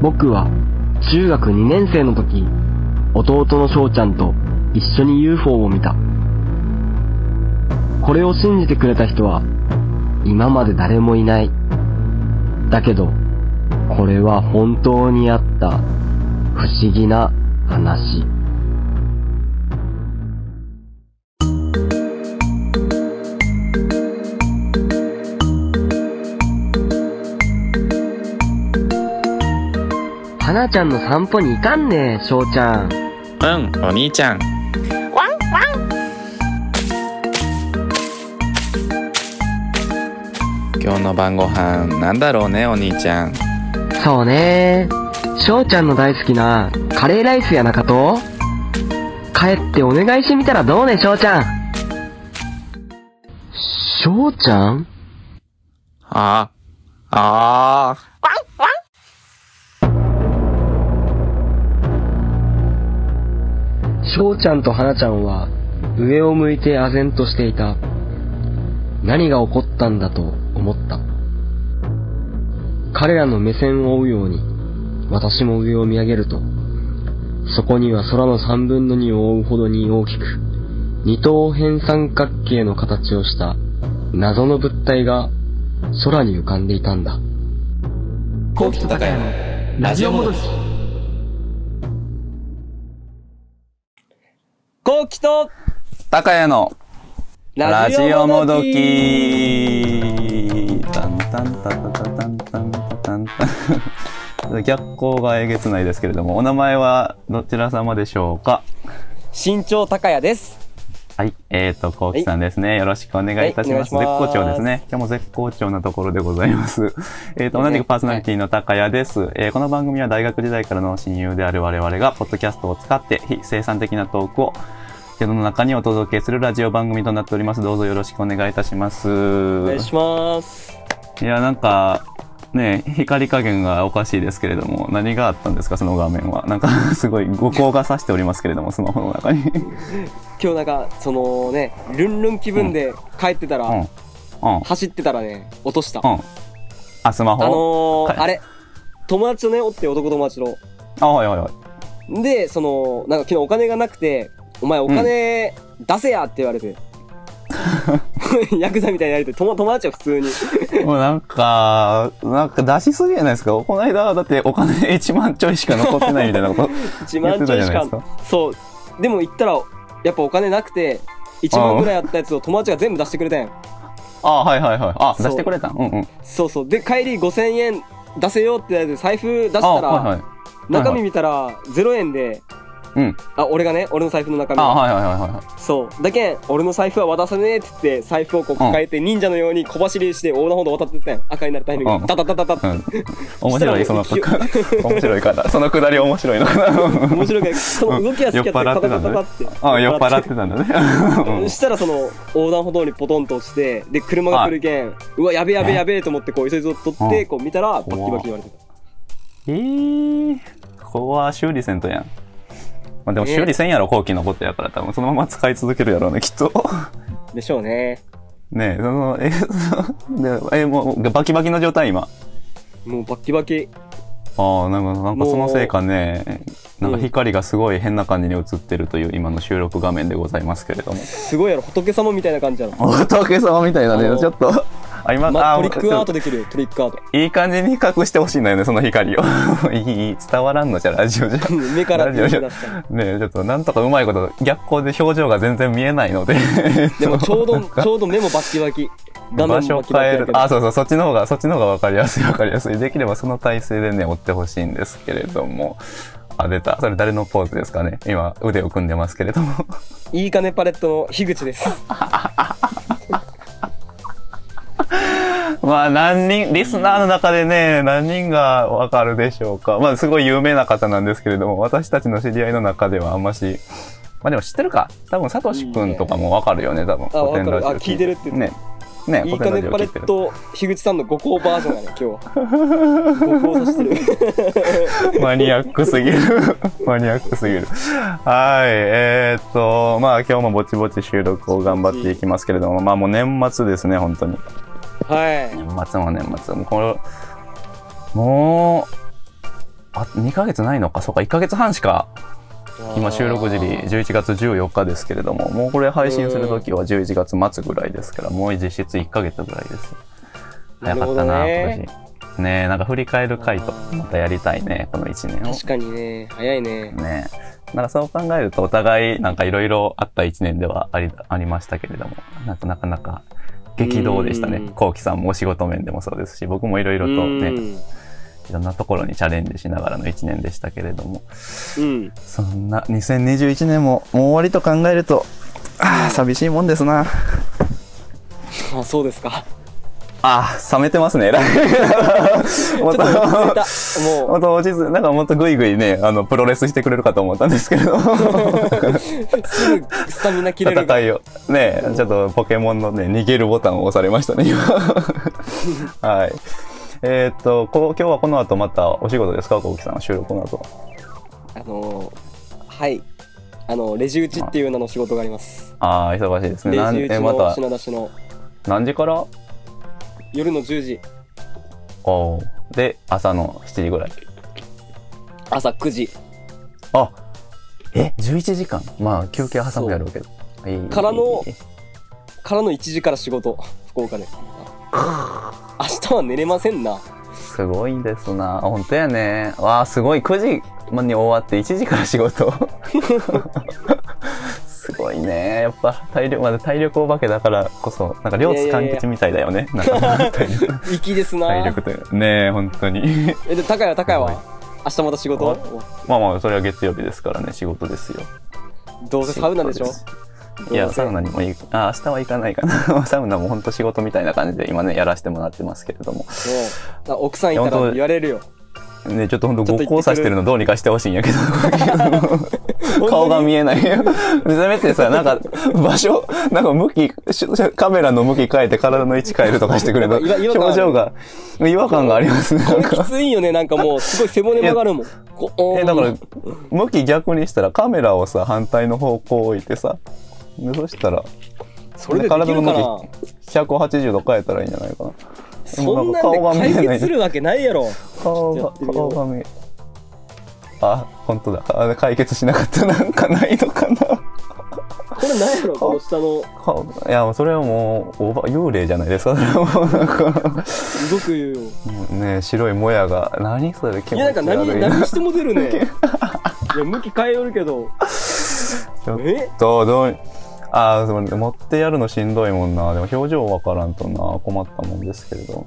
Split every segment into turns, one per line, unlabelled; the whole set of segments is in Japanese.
僕は中学2年生の時、弟の翔ちゃんと一緒に UFO を見た。これを信じてくれた人は今まで誰もいない。だけど、これは本当にあった不思議な話。花ちゃんの散歩に行かんねえ、翔ちゃん。
うん、お兄ちゃん。
ワンワン
今日の晩ご飯なんだろうね、お兄ちゃん。
そうね翔ちゃんの大好きなカレーライスやなかと帰ってお願いしてみたらどうね翔ちゃん翔ちゃん
あ、あ
ワンワン
翔ちゃんと花ちゃんは上を向いて唖然としていた何が起こったんだと思った彼らの目線を追うように私も上を見上げるとそこには空の三分の二を覆うほどに大きく二等辺三角形の形をした謎の物体が空に浮かんでいたんだ
高木と高山のラジオ戻し
こうきと
高谷のラジオもど きタンタンタタタタンタンタタンタン逆光がえげつないですけれども、お名前はどちら様でしょうか
身長高谷です。
はい。えーと、こうきさんですね。よろしくお願いいたします。
はいお願い
絶
します
好調ですね。今日も絶好調なところでございます。えーと、同じくパーソナリティの高谷です。えーこの番組は大学時代からの親友である我々が、ポッドキャストを使って、非生産的なトークを世の中にお届けするラジオ番組となっております。どうぞよろしくお願いいたします。
お願いします。
いや、なんか、ね、光加減がおかしいですけれども、何があったんですか、その画面は。なんか、すごい誤光がさしておりますけれども、スマホの中に。
今日なんか、そのね、ルンルン気分で帰ってたら、
うん。うん。
走ってたらね、落とした。
うんあ、スマホ
あのー
はい
あれ、友達とね、おって男友達と。
あ、はいはいはい。
で、その、なんか昨日お金がなくて、お前お金出せやって言われ て。ヤクザみたいになれて、友友達は普通に。
もうなんか、なんか出しすぎじゃないですか。この間、だってお金 1万ちょいしか残ってないみたいな こと。
1万ちょいし
言
か
ってたじゃない
そうでも行ったらやっぱお金なくて1万ぐらいあったやつを友達が全部出してくれたんや
あ、はいはいはい。あ、
そう
出してくれたんうんうん。
そうそうで帰り5000円出せようってやつで財布出した
あ、
ら、
はいはい。
中身見たら0円で
うん。
あ俺がね俺の財布の中身
あ、はいはいはいはい。
そうだけん俺の財布は渡さねえっつって財布をこう抱えて忍者のように小走りして横断歩道渡ってったんや赤になるタイミング
うん
でダダダダダって
うん、面白い、その、
そしたら
面白い方。そのくだり面白いのか
面白いけどその動きが好きやった
うん酔っ払ってたんだね
って
な。あ、酔っ払ってたんだね。うん
したらその横断歩道にポトンと落ちてで車が来るけんうわやべやべやべと思ってこう急いで取っ
う
て
ん
こう見たらバッキ
怖
バキ言われて
えー、ここは修理せんとやん。まあでも
ね
修理せんやろ、後期のことやから、多分そのまま使い続けるやろうね、きっと。
たでしょうね
ねえ、その、え、その、でえ、もう、バキバキの状態、今。
もうバッキバキ
ああ、なんか、なんかそのせいかね、なんか
うん
光がすごい変な感じに映ってるという今の収録画面でございますけれども。
すごいやろ仏様みたいな感じやろ
お仏様みたいだ
あ
ね、
の
ちょっと。あ、今、
ま
あ
トリックアート
で。
できるよトリックアー ト
いい感じに隠してほしいんだよね、その光を。 いい、いい伝わらんのじゃ、ラジオじゃ。
目から手
ラ
を
ジ
出
オじゃ
したら
ねえ、ちょっとなんとかうまいこと、逆光で表情が全然見えないので。
でもちょう
な
ど
んか
ちょうど目もバッキバキ画面
場所
も
を
バキバキ
変
や
え
け
る。
ど
あ、そうそう、そっちの方が、そっちの方が分かりやすい、分かりやすい。できればその体勢でね、追ってほしいんですけれども。あ、出た。それ誰のポーズですかね。今、腕を組んでますけれども。
いいかねパレットの樋口です
まあ、何人、リスナーの中でね、何人が分かるでしょうか。まあ、すごい有名な方なんですけれども、私たちの知り合いの中ではあんまし、まあでも知ってるか。多分、サトシくんとかも分かるよね、多分。
あ分かる
古典ラジオ
あ聞いてるって言
ね。ね、
いい
古
か
典ラ
ね
ジオ
パ
聞
レ
いてる
ット樋口さんの五行バージョンやね今日は五行さしてる
マニアックすぎる。 マニアックすぎる。はい。えーっと、まあ今日もぼちぼち収録を頑張っていきますけれども、まあもう年末ですね、本当に。
はい
年末も年末も。これ、もう、あ、2ヶ月ないのか、そうか、1ヶ月半しか、今収録時に11月14日ですけれども、もうこれ配信するときは11月末ぐらいですから、もう実質1ヶ月ぐらいです。
な
早
る
か
ほ
っ
ど
たな、
ね
今年。ねえ、なんか振り返る回と、またやりたいね、この1年を。
確かにね早いね
ねなんかそう考えるとお互いなんかいろいろあった一年ではありありましたけれどもなんかなかなか激動でした
う
ね
ん
こうきさんもお仕事面でもそうですし僕もいろいろとね
う
い
ん
ろんなところにチャレンジしながらの一年でしたけれども
うん
そんな2021年ももう終わりと考えるとああ寂しいもんですな
あそうです か
ああ冷めてますねえらい
ちょっと落ち着いたも
もっと落ち着いなんかもっとグイグイねあのプロレスしてくれるかと思ったんですけれど
うすぐスタミナ切れる
戦いをねえちょっとポケモンのね逃げるボタンを押されまし たね今はいえーっとこ今日はこの後またお仕事ですか小木さんは収録の後
あのはいあのレジ打ちっていう名の仕事があります
ああ忙しいですね
レ
なん
ジ打
え
ち
ま
の
た
品出しの
何時から
夜の10時
おーで朝の7時ぐらい
朝9時
あえ11時間まあ休憩挟むやろうけどいい
からのからの1時から仕事福 岡で明日は寝れませんな
すごいですな本当やねわあすごい9時に終わって1時から仕事 すごいねやっぱ体力まだ体力お化けだからこそなんか両津勘吉みたいだよねなんか体力
粋ですな
体力というねえ本当に
えで高谷高谷
す
は明日また仕事
まあまあそれは月曜日ですからね仕事ですよ
どうせサウナでしょ
仕事すいやサウナにもいいあ明日は行かないかな サウナも本当仕事みたいな感じで今ねやらせてもらってますけれども
うん奥さんいたら言われるよ
ねちょっと本当
ちょっと
ご交差してるのどうにかしてほしいんやけど
に
顔が見えないよ目覚めてさなんか場所なんか向きしカメラの向き変えて体の位置変えるとかしてくれる
な
と
んか違和違和感ある
表情が違和感がありますねなん
き
か
ついよねなんかもうすごい背骨曲がるもんこおー
えだから向き逆にしたらカメラをさ反対の方向置いてさでそしたら
それでできるか
体
な
の180度変えたらいいんじゃないかな
そんな
でもなんんか
で
顔が見え
解
ない
決するわけないやろ
顔
ちょ
が
っとやってみよ
顔
う
が見えあ本当だあ解決しなかった なんかないのかな
これなんやろこの下の
顔いやもうそれはもうおば幽霊じゃないですかそれはもうなんか
動くよ
もうね白いもやが何それ気持
い
ち
やなんか
悪
何
い
何しても出る ねいや向き変えよるけど
ちょっ
え
とどうあーそうね持ってやるのしんどいもんなでも表情わからんとな困ったもんですけれど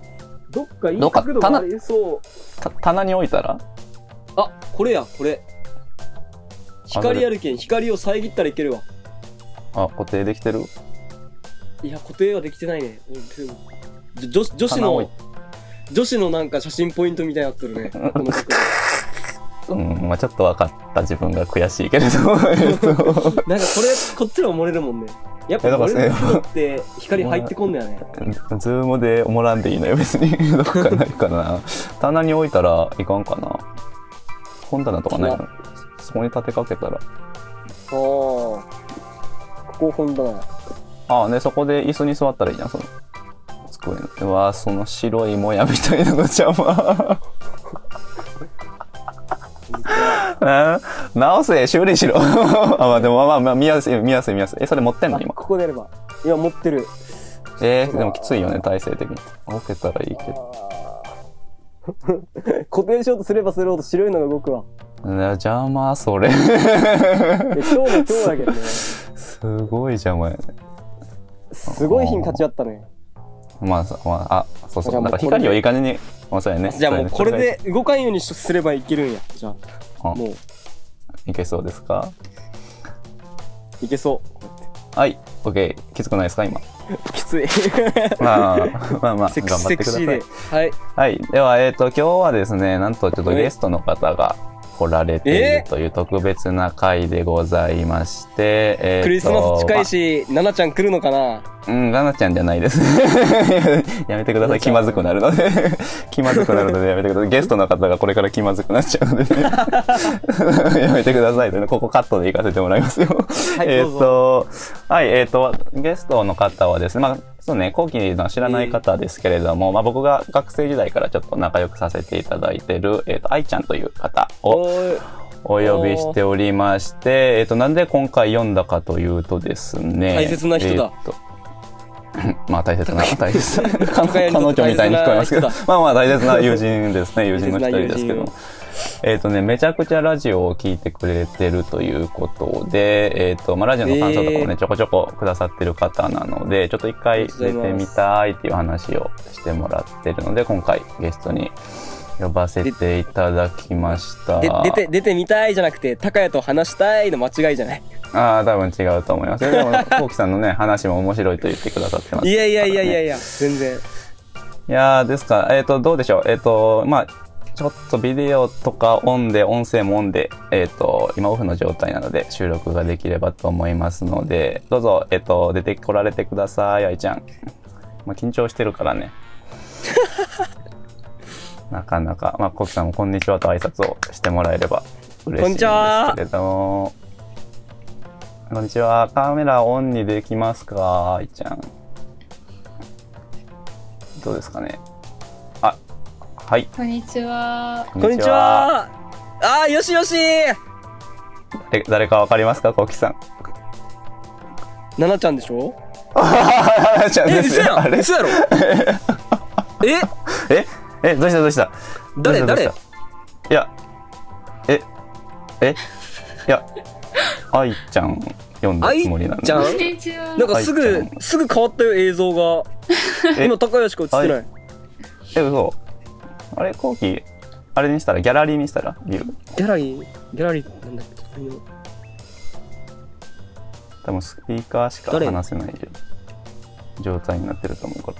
どっかいい
どっか
角度がありそう
た棚に置いたら
あこれやこれ光やるけん光を遮ったらいけるわ
あ固定できてる
いや固定はできてないね俺手をじょ女子女子
棚多い
の女子のなんか写真ポイントみたいになってるねこの角
うんまあちょっとわかった自分が悔しいけれどえっと
度なんかこれこっちは漏れるもんねやっぱ
いやだ
漏
から
れる角度って光入ってこんだよね
ズームでもらんでいいのよ別に どっかないかな棚に置いたらいかんかな本棚とかないのそこに立てかけたら
ああここ本だな
ああねそこで椅子に座ったらいいじゃんその机のうわーその白いもやみたいなの邪魔な直せ修理しろ あまあでもまあまあまあ見やすい見やすい見やすいえそれ持ってんの今
ここであればいや持ってる
えー、でもきついよね体勢的に置けたらいいけど
固定しようとすればするほど白いのが動くわ
な邪魔それ
いや今日も今日だ けどね
すごい邪魔やね
すごい日に立ち会ったね
まあ、そまあ、あ、そうそ
じゃあ
う。
も
だ
う
から光をいい感じに、まあ、そうやね。
じゃあもうこれ
そやね
で動かんようにすればいけるんやじゃあ
あ
も
いけそうですか
ういけそ
はい、オッケー。きつくないですか 今。
うきつ い
まあ、まあまあ、
セク
頑張って
セク
くださ
シー
い。
ではい
はい。では、えっ、と、今日はですね、なんとちょっと
はい
ゲストの方が来られているという特別な回でございまして、えーと
クリスマス近いし、奈々ちゃん来るのかな
うん、ガナちゃんじゃないです。 やめてください。気まずくなるので。 気まずくなるのでやめてください。ゲストの方がこれから気まずくなっちゃうので、ね、 やめてください、ね。ここカットで行かせてもらいますよ。
はい
え
どう
ーっと、はい、えーっと、ゲストの方はですね、まあ、そうね、後期の知らない方ですけれども、まあ僕が学生時代からちょっと仲良くさせていただいてる、えーっと、愛ちゃんという方を、
おーい
お呼びしておりまして、えっと、なんで今回読んだかというとですね。
大切な人だ
えっと。 まあ大切 な、大切な、
高
彼
柳の
女みたいに聞こえますけど
大切な人、
まあまあ大切な友人です ね、友人の一
大切
人
な友人
ですけども。えっ、とね、めちゃくちゃラジオを聞いてくれてるということで、えっ、と、まあラジオの感想とかもね、
えー
ちょこちょこくださってる方なので、ちょっと一
あり
回
がとうご
出
ざ
て
います
みたいっていう話をしてもらってるので、今回ゲストに呼ばせていただきました。
で出て出てみたいじゃなくて高谷と話したいの間違いじゃない
ああ、多分違うと思います。でも、コウキさんのね、話も面白いと言ってくださってます。
いやいやいやいや
い
いや全然
やーですから、えっ、と、どうでしょう。えっ、と、まあ、ちょっとビデオとかオンで、音声もオンで、えっ、と、今オフの状態なので、収録ができればと思いますので、どうぞ、えっ、と、出てこられてください、愛ちゃん。まあ、緊張してるから ね。なかなか、まあ、コウキさんもこんにちはと挨拶をしてもらえれば嬉しいんですけれども。こんにちは。カメラオンにできますかいっちゃん。どうですかねあ、はい。
こんにちは。
こ
こんにち。はあーよしよし
え誰かわかりますかコウキさん。
ななちゃんでしょ
あちゃん
え
です
嘘
よ。
や
あ
ん
れ
嘘やろ え
ええ、どうしたどうした
誰
どうしたどうしたいや、え、え、いや、愛ちゃん読んだつもりなん
愛ちゃん
こんにちは。
なんかす
は
ぐ
い
すぐ変わったよ映像が
え
今高谷しか映ってな
はいえ、嘘。あれ、コウキ、あれにしたら、ギャラリーにしたら、ビュー。
ギャラリーギャラリーなんだっけ
多分スピーカーしか
誰
話せない状態になってると思うから。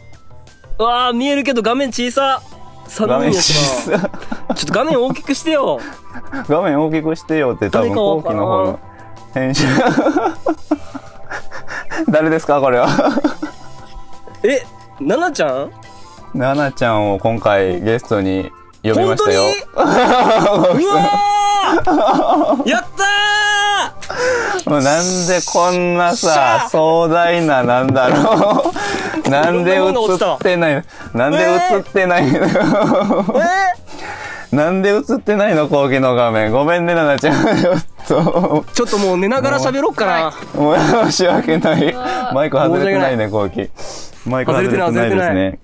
うわー見えるけど画面小さ3
画
人
面
やし
小
なち
さ
ょっと画面大きくしてよ
画面大きくしてよって多分
誰かわ
後
から
期
ん
の方の編集 誰ですかこれは
えななちゃん
ななちゃんを今回ゲストに呼びま
本
し
当
た
に
よ
う わーやったー
もうなんでこんなさ壮大ななんだろう なんで映ってないなんで映ってないの
え
なんで映ってないの後期の画面ごめんねななちゃんちょっと
ちょっともう寝ながら喋ろうかな
もう申し訳ない。マイク外れてないね、後期。マイク外れてない
外れて
で
な
す
い
ね。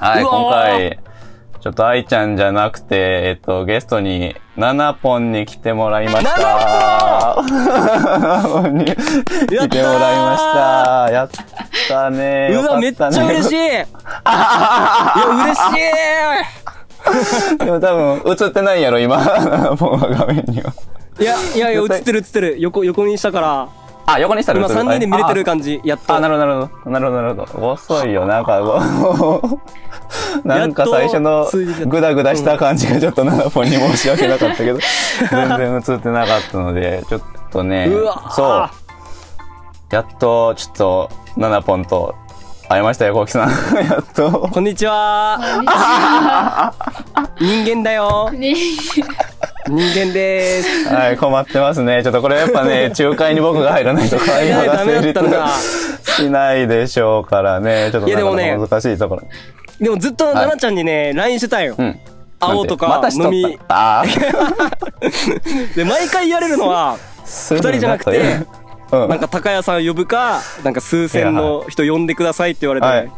はい、
うわー
今回、ちょっと愛ちゃんじゃなくて、えっと、ゲストに、ナナポンに来てもらいました。ナナポンに来てもらいました。やったね
うわめっ
よ
ち
か
ゃ
たね
嬉 しいいや嬉し
でも多分、映ってないやろ、今。ナナポンは画面には。
いいやいやいや映ってる映ってる横横にしたから
あ、横にしたら映
今
る
3人で見れてる
あ
感じやっと
あ、なるほど、なるほど。なるほど、なるほど。遅いよ、なんか、 こうなんか最初のグダグダした感じがちょっと7本に申し訳なかった けど、全然映ってなかったので、ちょっとね
うわ、
そう。やっと、ちょっと、7本と会えましたよ、コウキさん。 やっと。
こんにちは
こんにちは。
人間だよ
ね、
人間でーす
はい、困ってますね。ちょっとこれやっぱ ね、仲介に僕が入らないと会話が成立
ダメだった
しないでしょうからね、ちょっと
いやでもね
なかなか難しいところ。
でもずっと
はい
ななちゃんにね LINE してたんよ
うん。
会おうとか
なんてまたしとった
飲み
あー
で毎回言われるのは
二
人じゃなくて、
うん、
なんか高谷さん呼ぶかなんか数千の人呼んでくださいって言われて、
はい、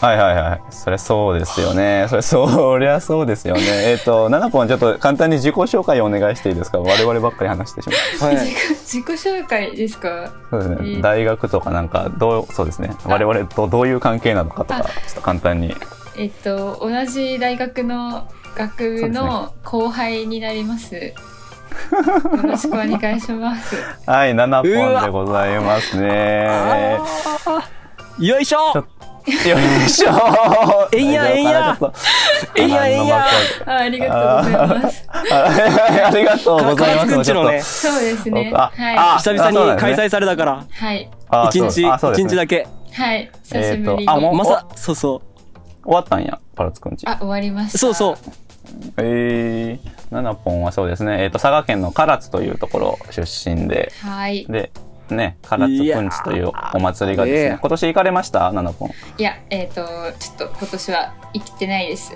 はいはいはいそりゃそうです よねそりゃそりゃそうですよねえっ、とナナポンちょっと簡単に自己紹介をお願いしていいですか我々ばっかり話してしまう
はい
自己紹介ですか。
そうですね、
いい
大学とかなんかどうそうですね我々とどういう関係なのかとか
あ
ちょっと簡単に
えっと、同じ大学の学部の後輩になります。よろしくお願いします。
はいナナポン
うわ
でございますね
よいしょ
よいしょ
え いやえいやえいやえいや
あ、ありがとうございます。
ありがとうございます
くんちのね
そうですね。
あ
はい。
久
ああそう
々
なん
に
ですね
開催されたから
はい。
あ
一
そう
日
あそうで
一
すね
日だけ
はい、久し
えーと
ぶりに。
あもう
あ、
まさ、そうそ
終わったんや、パルツくんち。
終わりまし
う。
た。
そうそう。
えー、ナナポンはそうですね、えっ、と、佐賀県の唐津というところ出身で、
はい。
で、ね、唐津くんちというお祭りがです
いや
ね
ー、
今年行かれましたナナポン。
いや、えっ、と、ちょっと今年は生きてないです。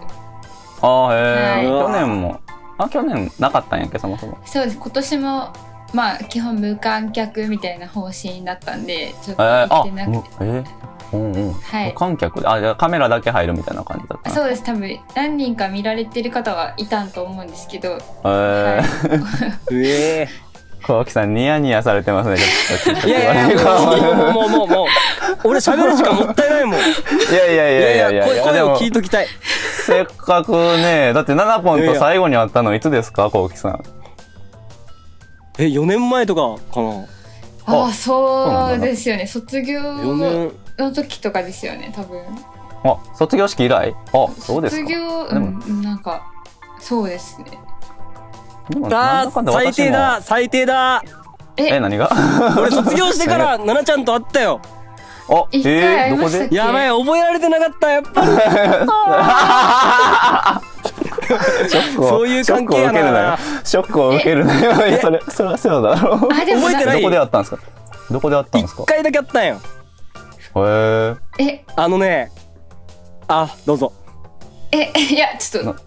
ああ、へえ、
はい
去年も、あ、去年なかったんやっけ、そもそも。
そうです、今年も、まあ、基本無観客みたいな方針だったんで、ちょ
え
っと
ー、
行
あ、
っ
う
て
ん
なくて。
えーうんうん、
はい
無観客であじゃあカメラだけ入るみたいな感じだった
あ
ね
そうです、多分何人か見られてる方はいたんと思うんですけど、
う。
えー、
え
川木さんニヤニヤされてますねちょっと
え。いやいや、もう、もう、もう、もう、俺喋る時間もったいないもん。い
いやいやいやいやいやいや
声
で
を
も
聞いときたい。
せっかくねだってナナポンと最後に会ったのいつですか川木さん
え、4年前とかかな。
あ
あ
あ、
そうな
そ
ん
う
だ
ですよね、卒業
4
の
年。
時とかですよね、多分
あ卒業式以来あそうです
卒
か
業、
で
う
も
ん、なんか、そうですね。
でもなん
あ
だかん
ー、
だ
最
私
低
も
だ、最低だ。
え何 が
俺卒業してから、奈々ちゃんと会ったよ。
あえ
一回会い
ー、ど
ま
こ
したっ
で
け
やばい、覚えられてなかった、やっぱ。
ショックを
そういう関係やな
ショックを受けるなよショックを受けるなよいやそれそれはそうだろう
あでも
覚えてない
どこで会ったんですかどこで会ったんですか
一回だけ会ったんよ。
へー
え、
あのね、あ、どうぞ。
え、いや、ちょっと
な、
ふ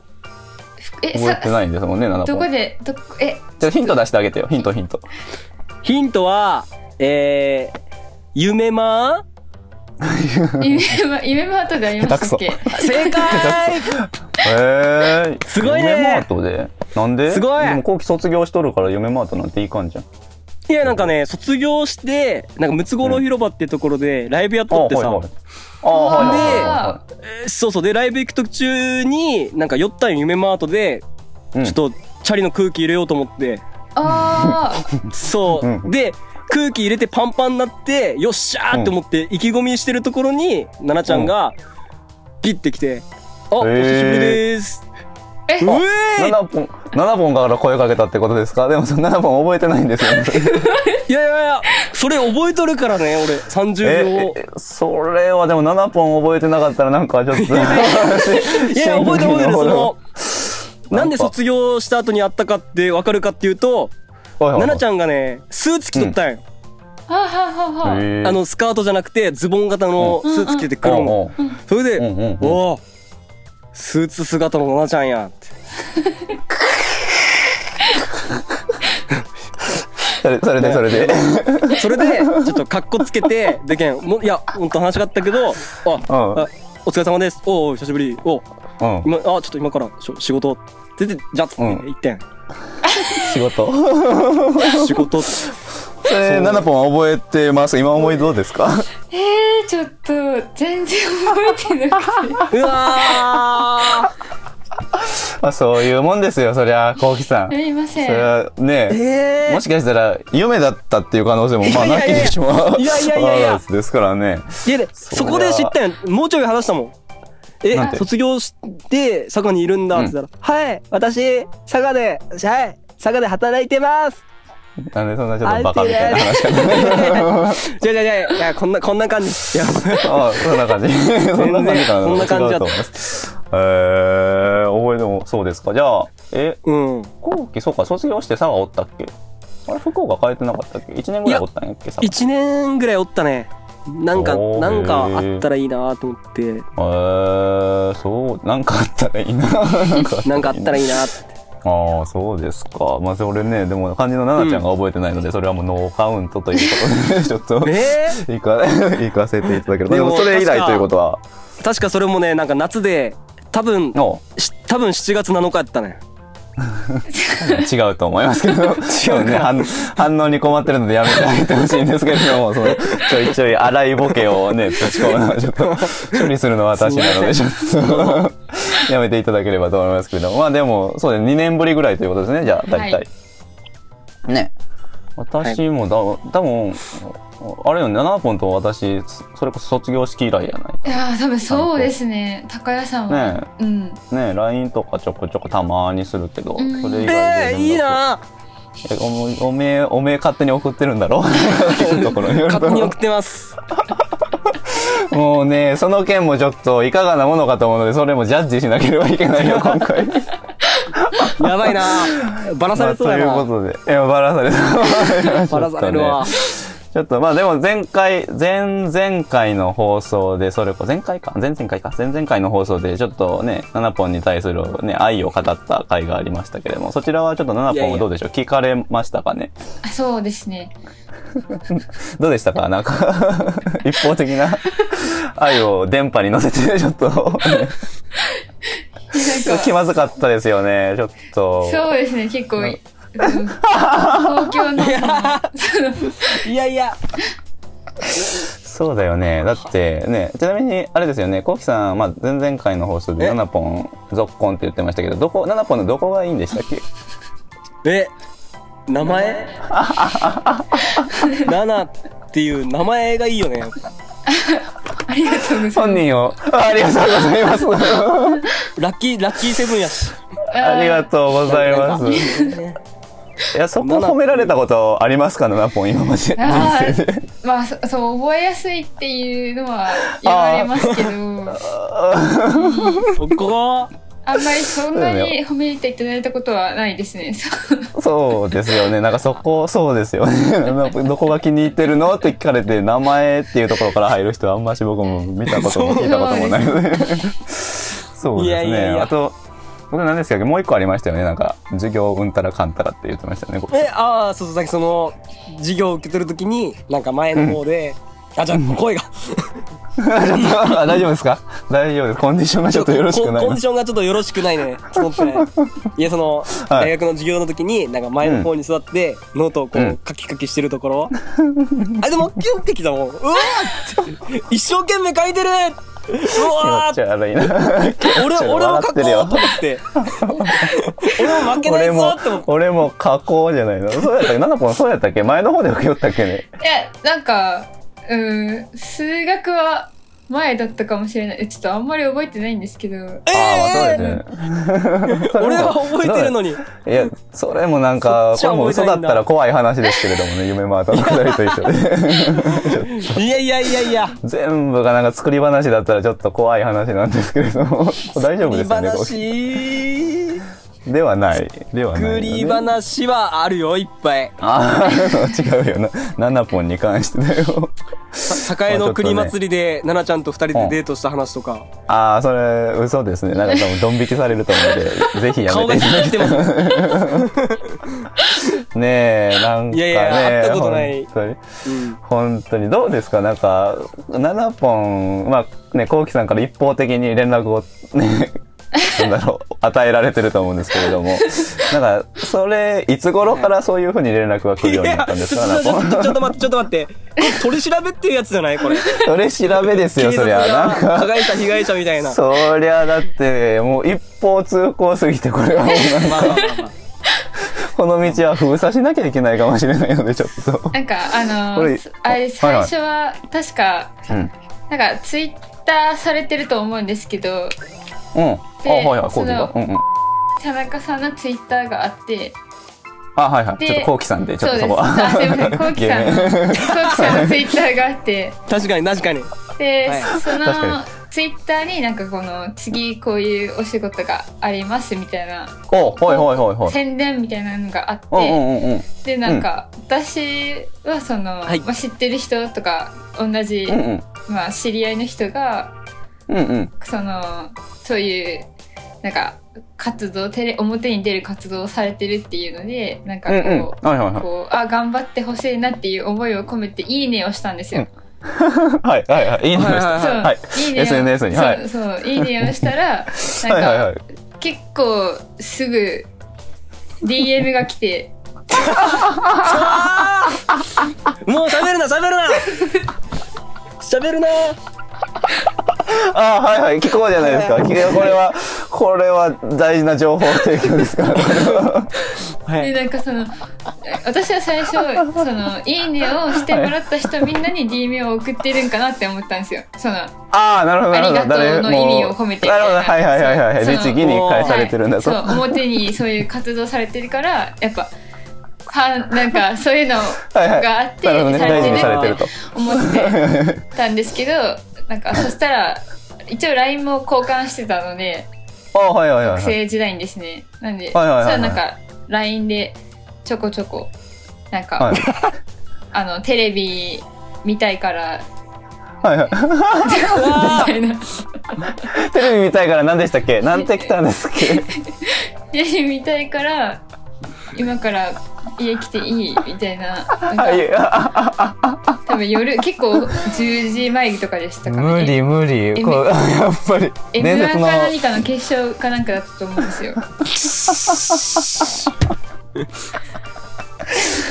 え、
覚えて
さ、
ないんですもんねナナポ
ど
ン
こで、どこ、え、
じゃあヒント出してあげてよヒントヒント
ヒントは、えー、夢ま
夢は、夢は後でありましたっけ
下
正 解
へえ。
すごいね
夢マートで。なんで？
すごい
でも後期卒業しとるから夢マートなんていかんじゃん。
いや、なんかね、卒業して、なんかムツゴロウ広場ってところでライブやっとってさ、
はいはい。あはいはいはいはい
えーそうそう、で、ライブ行く途中に、なんか酔ったん夢マートで、
うん
ちょっと、チャリの空気入れようと思って、
ああ、
そうう、で、空気入れてパンパンになって、よっしゃーって思って、意気込みしてるところに、奈々ちゃんが、ピッて来て、あ、お久しぶりです。
え
うえー
七本七本から声かけたってことですか？でもその七本覚えてないんですよね。
いやいやいや、それ覚えとるからね、俺、30秒
え。えそれはでも七本覚えてなかったらなんかちょっと。い
いやいや覚えてる覚えてるその
なんか
なんで卒業した後にあったかってわかるかっていうと
の
奈々ち
ゃ
ゃんがねスーツ着とったんよ、
はあ、はあはあはあ。
あのスカートじゃなくてズボン型のスーツ着てて黒の、
うんうん
それで「
うんうんうん
おおスーツ姿の奈々ちゃんや」って
それそれでそれで。
それでちょっとかっこつけてでけんもういや本当話があったけど「あ、
うん
あお疲れ様ですおうおう久しぶりおう
うん
今あちょっと今からしょ仕事」って言ってじゃあ」っつって
うん
行ってん
仕事。
仕 事」
それ七本覚えてます。今思いどうで すか？
えー、ちょっと、全然覚えてな くて。
うわー
まあそういうもんですよ。そりゃこうきさん。
すみませ
それ
ん。
はね。
えー、
もしかしたら夢だったっていう可能性もまあ
い
な
や
き
いやいや
にしもあ
いやいやいやいや
らずですからね。
いやでそこで知ったんやもうちょい話したもんえ
なんて
卒業して佐賀にいるんだって言ったら「はい私佐賀ではい佐賀で働いてます
なんでそんなちょっとバカみたいな話かな。」
じゃじゃじゃいやこんなこんな感じいや
ああそんな感じ。 そんな感じかな。
そんな感じだった
違うと思います。えー、覚えてもそうですか。じゃあ、え、
うん
後期そうか、卒業して佐賀おったっけあれ、福岡帰ってなかったっけ ?1 年ぐらいおったんやっけ佐賀。
1年ぐらいおったねなんか
おー
なんかあったらいいなと思って
えー、そう、なんかあったらいいな。なんか
なんかあったらいいなって
ああ、そうですか。まあ、それね、でも、漢字の奈々ちゃんが覚えてないので、それはもうノーカウントということで、ちょっと。
え
行か行かせていただける
で
で
も
もそれ以
確
来
か
ということは
ー、確かそれもねなんか夏で多分
の
し多分7月7日やったね
違うと思いますけど違う、ね、反反応に困ってるのでやめてあげてほしいんですけれどもそのちょいちょい荒いボケをねぶち込むのはちょっと処理するのは私なのでちょっとやめていただければと思いますけどまあでもそうです2年ぶりぐらいということですねじゃあ大体、
は
ね私もだ、多分あれよね7本と私それこそ卒業式以来じゃない
いやー、多分そうですね。高谷さんは。
ねえ
うん。
ね LINE とかちょこちょこたまにするけど、
うん
それ以外
え
で連絡、
ー、いいな
えおおめ えおめえ勝手に送ってるんだろところによると
勝手に送ってます
もうね、その件もちょっといかがなものかと思うので、それもジャッジしなければい けないよ、今回。
やばいなバラされそうやな、
まあということで、いや、バラされた。
バラされるわ。
ちょっとまあでも前回、前々回の放送で、それこ前回か前々回か前々回の放送で、ちょっとね、ナナポンに対するね、愛を語った回がありましたけれども、そちらはちょっとナナ
いやい
ポン
や
どうでしょう聞かれましたかね
あそうですね
どうでしたかなんか、 一方的な愛を電波に乗せて、ち ょっと、
なん
気
か
まずかったですよね、ちょっと。
そうですね結構、うん東京のそのその
いやいや、
そうだよね。だってね、ちなみにあれですよね、コウキさん、まあ、前々回の放送で
え
ナナポン、ゾッコンって言ってましたけど、どこ、ナナポンのどこがいいんでしたっけ
え、名前 ナナっていう名前がいいよね。
ありがとうござい
本
ま
人を、あありがとうございます。
ラッキー、ラッキーセブンや し。
す
ありが
と
とうございます。いや、そこ褒められたことありますか、ナナポン、今まで。人
あー
生で。
うまあそ そう覚えやすいっていうのは言われますけど
そこ
あんまりそんなに褒めていただいたことはないですねそう
そうですよね。なんかそこ、そうですよね。 なんかどこが気に入ってるのって聞かれて、名前っていうところから入る人はあんまし僕も見たことも聞いたこともないので。そう
い
で
やいや
す
い
ね。
や
あと、僕何ですかもう一個ありましたよね。なんか、授業うんたらかんたらって言ってましたね。こ
え、ああ、そうそう、さっきその、授業を受け取るときに、なんか前の方で、あ、じゃあ声が、
ちょっとあ大丈夫ですか大丈夫です。コンディションがちょっとよろしく
コン
ない
コンディションがちょっとよろしくないね。整ってない。いや、その、
はい
大学の授業の時に、なんか前の方に座って、ノートをこ
う、
うんカキカキしてるところ。あ、でも、キュンってきたもん。うわーって一生懸命書いてるう
気
わ
持ち
ー
悪いな。
俺、
ちょっと
俺も書こうと思って。俺も負けない
俺
ぞ
も
って思っ、て。
俺も加工じゃないの。そうやったっけナナポンそうやったっけ前の方で受けよったっけね。
いやなんかうん数学は前だったかもしれないちょっとあんまり覚えてないんですけど
ええ
ああ、そうやね。
俺は覚えてるのに。
いや、それもなんか、こ
そっ
れ
ちは
も
覚えてな
嘘だ
いんだ
ったら怖い話ですけれどもね、夢またのくだりと一緒 で。
いやいやいやいや。
全部がなんか作り話だったらちょっと怖い話なんですけれど も、大丈
作
夫で
り
すよね、こ
話、
うではない。ではないよ
作
ね。
り話はあるよ、いっぱい。
ああ、 違うよな。ナナポンに関してだよ。
さ栄の国祭りで、奈々ちゃんと二人でデートした話とか。
ああ、それ、嘘ですね。なんか多分、ドン引きされると思うので、ぜひや
顔
め
が
て
引
いただ
き
き
つってます。
たい。ねえ、なんかね。
いやいや会ったことない
本当に
うん
本当にどうですかなんか7本まあねこうきさんから一方的に連絡を ねなんだろう与えられてると思うんですけれどもなんかそれいつ頃からそう いうふうに連絡が来るようになったんですか
いやちょ
7
っとちょっとちょっと待って、ちょっと待って。これ取り調べっていうやつじゃないこれ。
本 それ調べですよ そりゃ
が
なんか
加害者、被害者みたいな。
そりゃだってもう一方通行すぎてこれはもうなん
まあ
か
まあまあまあ。
この道は封鎖しなきゃいけないかもしれないのでちょっと
なんかあ
こ
の
れ
あれです
はい
最
はい
初は確か
うん
なんかツイッターされてると思うんですけど
うんあ
で
はいはい
そ
こう
の
かうんうん
田中さんのツイッターがあって
あはいはい
で
ちょっとこうきさんでちょっとそこは
あすいま せんこうきさんのこうきさんのツイッターがあって
確かに、確かに。
で、
はい
そ
確か
のツイッターになんかこの次こういうお仕事がありますみたいな
おはいはいはいはい
宣伝みたいなのがあって、
うんうんうんうん
でなんか私はその、
はい
まあ、知ってる人とか同じ、
うんうん
まあ、知り合いの人が
うんうん
そのそういうなんか活動テレ表に出る活動をされてるっていうのでなんか
う
こ
ん
う,、
うんはいはいは
こうあ頑張ってほしいなっていう思いを込めて「いいね」をしたんですよ。
いはいはいはいいいね
はいはい
そう、
はい
はい
いねを
SNS にはい
そうそういいねをしたらなん か、
はいはいはい
結構すぐ DM が来て
もう喋るな、喋るな喋るな
あーはいはい聞こうじゃないですか聞けこれはこれは大事な情報提供ですから
は
で
い。
なんかその私は最初そのいいねをしてもらった人みんなに DM を送ってるんかなって思ったんですよその
ああなるほどなるほど
ありがとうの
誰も
意味を込めて
なるほどはいはいはいはい
そう
律儀に返されてるんだ
はい
と
そう表にそういう活動されてるからやっぱはなんかそういうの
はいはい
があって
なるほどね
され
大事
てる
に
って
されてると
思ってたんですけど なんかそしたら一応 LINE も交換してたので
あはいはいは
学
いはい。
生時代にですねなんでそし
はいはいはいはい
たらなんか LINE でちょこちょこなんか、
はい
あのテレビ見たいから
はいは
みたいな
い。テレビ見たいから何でしたっけなんて来たんですっけ
テレビ見たいから今から家来ていいみたいななん か
あいえあああ
多分夜結構10時前とかでしたから
無理無理。こうやっぱり。伝
M1
説
か
の。
何かの決勝かなんかだったと思うんですよ。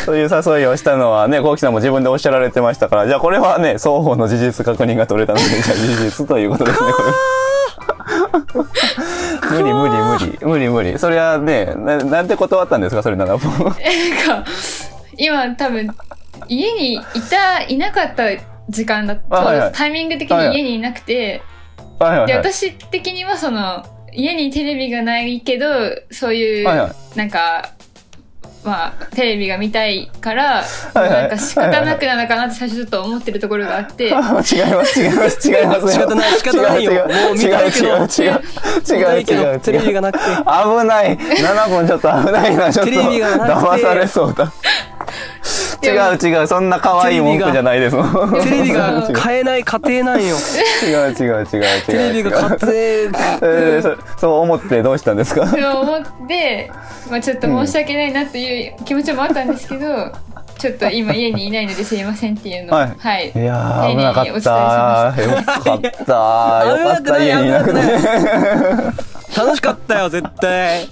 そういう誘いをしたのはね、コウキさんも自分でおっしゃられてましたから、じゃあこれはね、双方の事実確認が取れたので、じゃあ事実ということですね、これは。無理無理無理無理無理それはねななんて断ったんですかそれならもう
なんか今多分家にいたいなかった時間だと、
あはいはい
タイミング的
はいは
に
い
家にいなくて、
はいはい
で
はい
私的にはその家にテレビがないけどそういう、
はいは
なんかまあテレビが見たいから、
はい
なんか仕方なくなのかなって最初ちょっと思ってるところがあって。
違います違います違います
仕方ない仕方ないよ
違う
もう見たいけど
違う違う違う違う違う違
だ
う
けどテレビがなくて。
危ない7分ちょっと危ないなちょっと
テレビがなく
騙
て
されそうだ
でも
違う違うそんな可愛い文句じゃないですもん
テレビが
違う
買えない家庭なんよ。
違う違う違う違う違う
テレビが家庭。
えーそそう思ってどうしたんですか
そう思って、まあ、ちょっと申し訳ないなという気持ちもあったんですけど、ちょっと今家にいないのですいませんっていうのを
は
はいい、
いやー
丁寧
危
に
なかっ
お伝えしま
た よかったよかった家にいなくて
危楽しかったよ、絶対。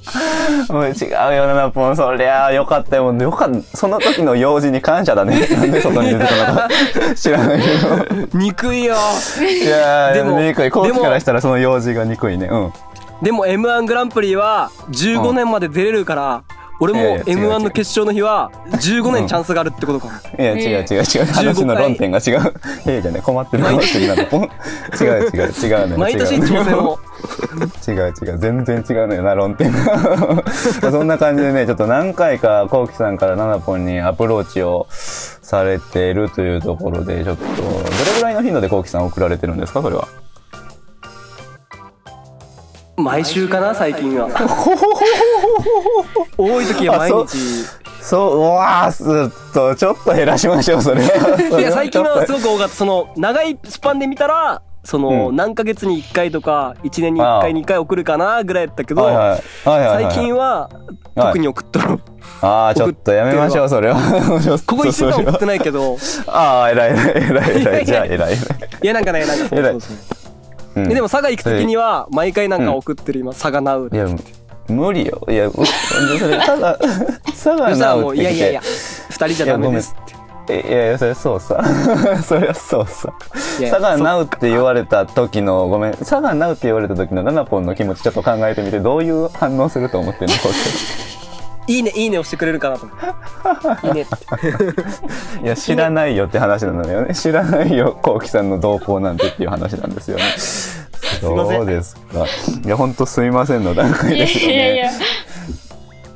もう違うよななぽんそりゃあよかったよよかったその時の用事に感謝 だねなんで外に出てこなかった知らないけど
憎いよ。
いやーで
で
も
も
憎いコー
で
チ
も
からしたらその用事が憎いねうん
でも M1 グランプリは15年まで出れるから、俺
いやい
も
や違う違う
M1 の決勝の日は15年チャンスがあるってことかな。
いや違う違う違う話の論点が違うええじゃね困ってる困ってるななぽん違う違う違うね
毎年
違う
挑戦を。
違う違う全然違うのよな論点が そんな感じでねちょっと何回かこうきさんからななぽんにアプローチをされてるというところでちょっとどれぐらいの頻度でこうきさん送られてるんですかそれは
毎週かな、最 近は。多い時は毎
あ
日。
そううわーすっとちょっと減らしましょうそれはそ
い
れ
や、最近
ちょ
はす
っと
ごく多かった。その、長いスパンで見たら、その、
うん
何ヶ月に1回とか、1年に1
ああ
回、2回送るかな、ぐらいだったけど、
はいはいはいはいはい
最近は、
はい
特に送っとる。
ああちょっとやめましょうそれは ちょっと
ここ1週間
それ
送
は
ってないけど、
ああ偉い偉い偉い 偉いじゃあ偉い偉い、
いや、なんかね、なんかそう
偉い
そうそう。
うん
でも佐賀行く時には毎回なんか送ってる今佐賀ナウ
いや、無理よ。いや、う それ、ただ、佐
そ
賀
したらも
直
う
樹
いやいやいや
って
二人じゃダメですって
来て。いやいや、それそうさ。 それはそうさ。
いや
佐賀直って言われた時の、ごめん、佐賀直って言われた時のナナポンの気持ちちょっと考えてみて、どういう反応すると 思ってんのこ
いいねいいね押してくれるかなと思っていい ねって
ういや、知らないよって話なのよね。知らないよ、こうきさんの動向なんてっていう話なんですよね。
ません
どうですか。いや、ほんとすいませんの段階
いや
ですよね。
いやいや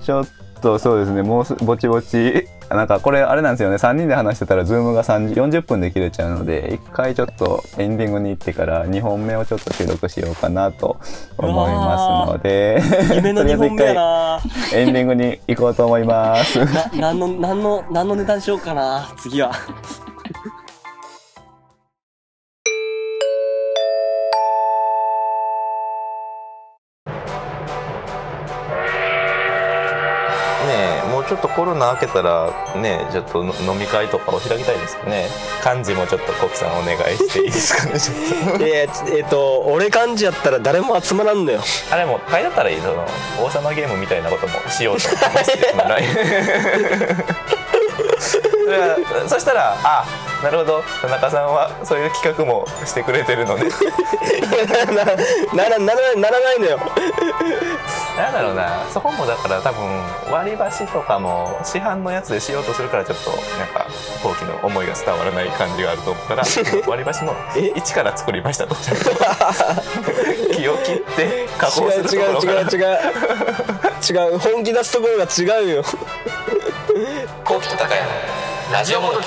ちょっとそうですね、もうすぼちぼち、 なんかこれあれなんですよね、3人で話してたら、ズームが30 40分で切れちゃうので、一回ちょっとエンディングに行ってから、2本目をちょっと収録しようかなと思いますので、
夢の
とりあ
二
えず
本目やな
一回エンディングに行こうと思 います。
な何の何の何の値段しようかな次は
ねえもうちょっとコロナ明けたらねえちょっとの飲み会とかを開きたいですかね漢字もちょっとコキさんお願いしていいですかねちょっと
ええっと俺感じやったら誰も集まらんのよ
あれも買いだったらいいその王様ゲームみたいなこともしようと思ってますその LINE それは そしたらあなるほど田中さんはそういう企画もしてくれてるので
ならならならないのよ
なんだろうなそこもだから多分割り箸とかも市販のやつでしようとするからちょっとなんか陶器の思いが伝わらない感じがあると思うから 割り箸も一から作りま したと気を切って加工するところから
違う違う本気出すところが違うよ
高木と高山ラジオもどき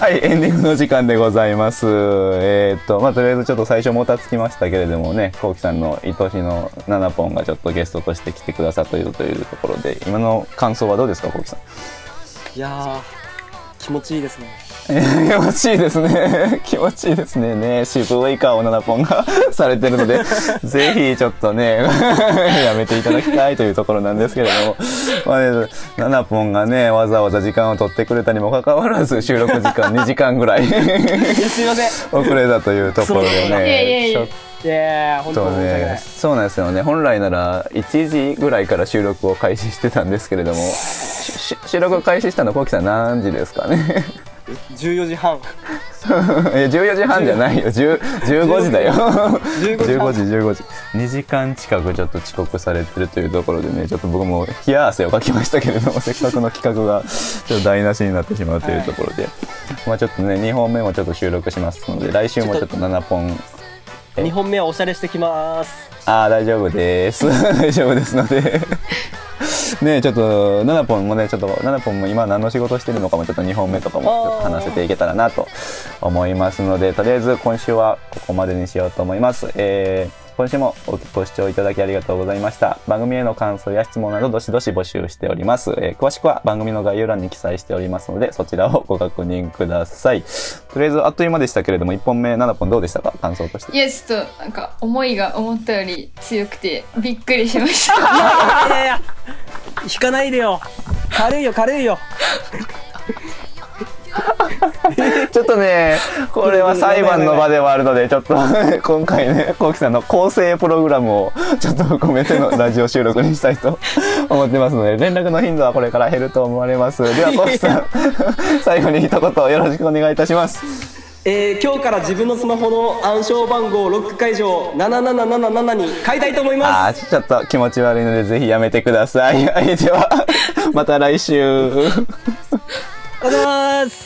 はい、エンディングの時間でございます。えーっと、まあ、とりあえずちょっと最初もたつきましたけれどもね、こうきさんの愛しのナナポンがちょっとゲストとして来てくださっているというところで、今の感想はどうですか、こうきさん。
いやー、気持ちいいですね。
えー 気持ちいいですね。 気持ちいいですね。ね、渋い顔をナナポンが されてるの で、ぜひちょっとね、 やめていただきたいというところなんですけれども、 まあね、ナナポンがね、わざわざ時間を取ってくれたにもかかわらず、収録時間2時間ぐらい
いやすいません。
遅れたというところで
いやいや
ね、
い
ち
や
ょっ
いやー、本当
と
に申し訳な
ね、
い。
そうなんですよね。本来なら1時ぐらいから収録を開始してたんですけれども、しし収録を開始したのコウキさん何時ですかね。
14時半。
え14時半じゃないよ10 15時だよ
15
15時15時2時間近くちょっと遅刻されてるというところでねちょっと僕も冷や汗をかきましたけれども せっかくの企画がちょっと台無しになってしまうというところで、まあちょっとね2本目もちょっと収録しますので来週もちょっと7本え
2本目はおしゃれしてきます。
ああ大丈夫です大丈夫ですのでねちょっと7本もねちょっと7本も今何の仕事してるのかもちょっと2本目とかもちょっと話せていけたらなと思いますのでとりあえず今週はここまでにしようと思います、えー今週もご視聴いただきありがとうございました。番組への感想や質問などどしどし募集しております。えー詳しくは番組の概要欄に記載しておりますので、そちらをご確認ください。とりあえずあっという間でしたけれども、1本目7本どうでしたか感想として
い。やちょっとなんか思いが思ったより強くてびっくりしました
いやいや、 引かないでよ。軽いよ、軽いよ。
ちょっとね、 これは裁判の場ではあるので、ちょっと 今回ね、こうきさんの構成プログラムをちょっと含めてのラジオ収録にしたいと 思ってますので、連絡の頻度はこれから減ると思われます。では、こうきさん、 最後に一言よろしくお願いいたします。
えー、今日から自分のスマホの暗証番号をロック解除7777に変えたいと思います。
ああ、ちょっと気持ち悪いので、ぜひやめて ください。はい、では、また来
あ
週。
りがとうございます。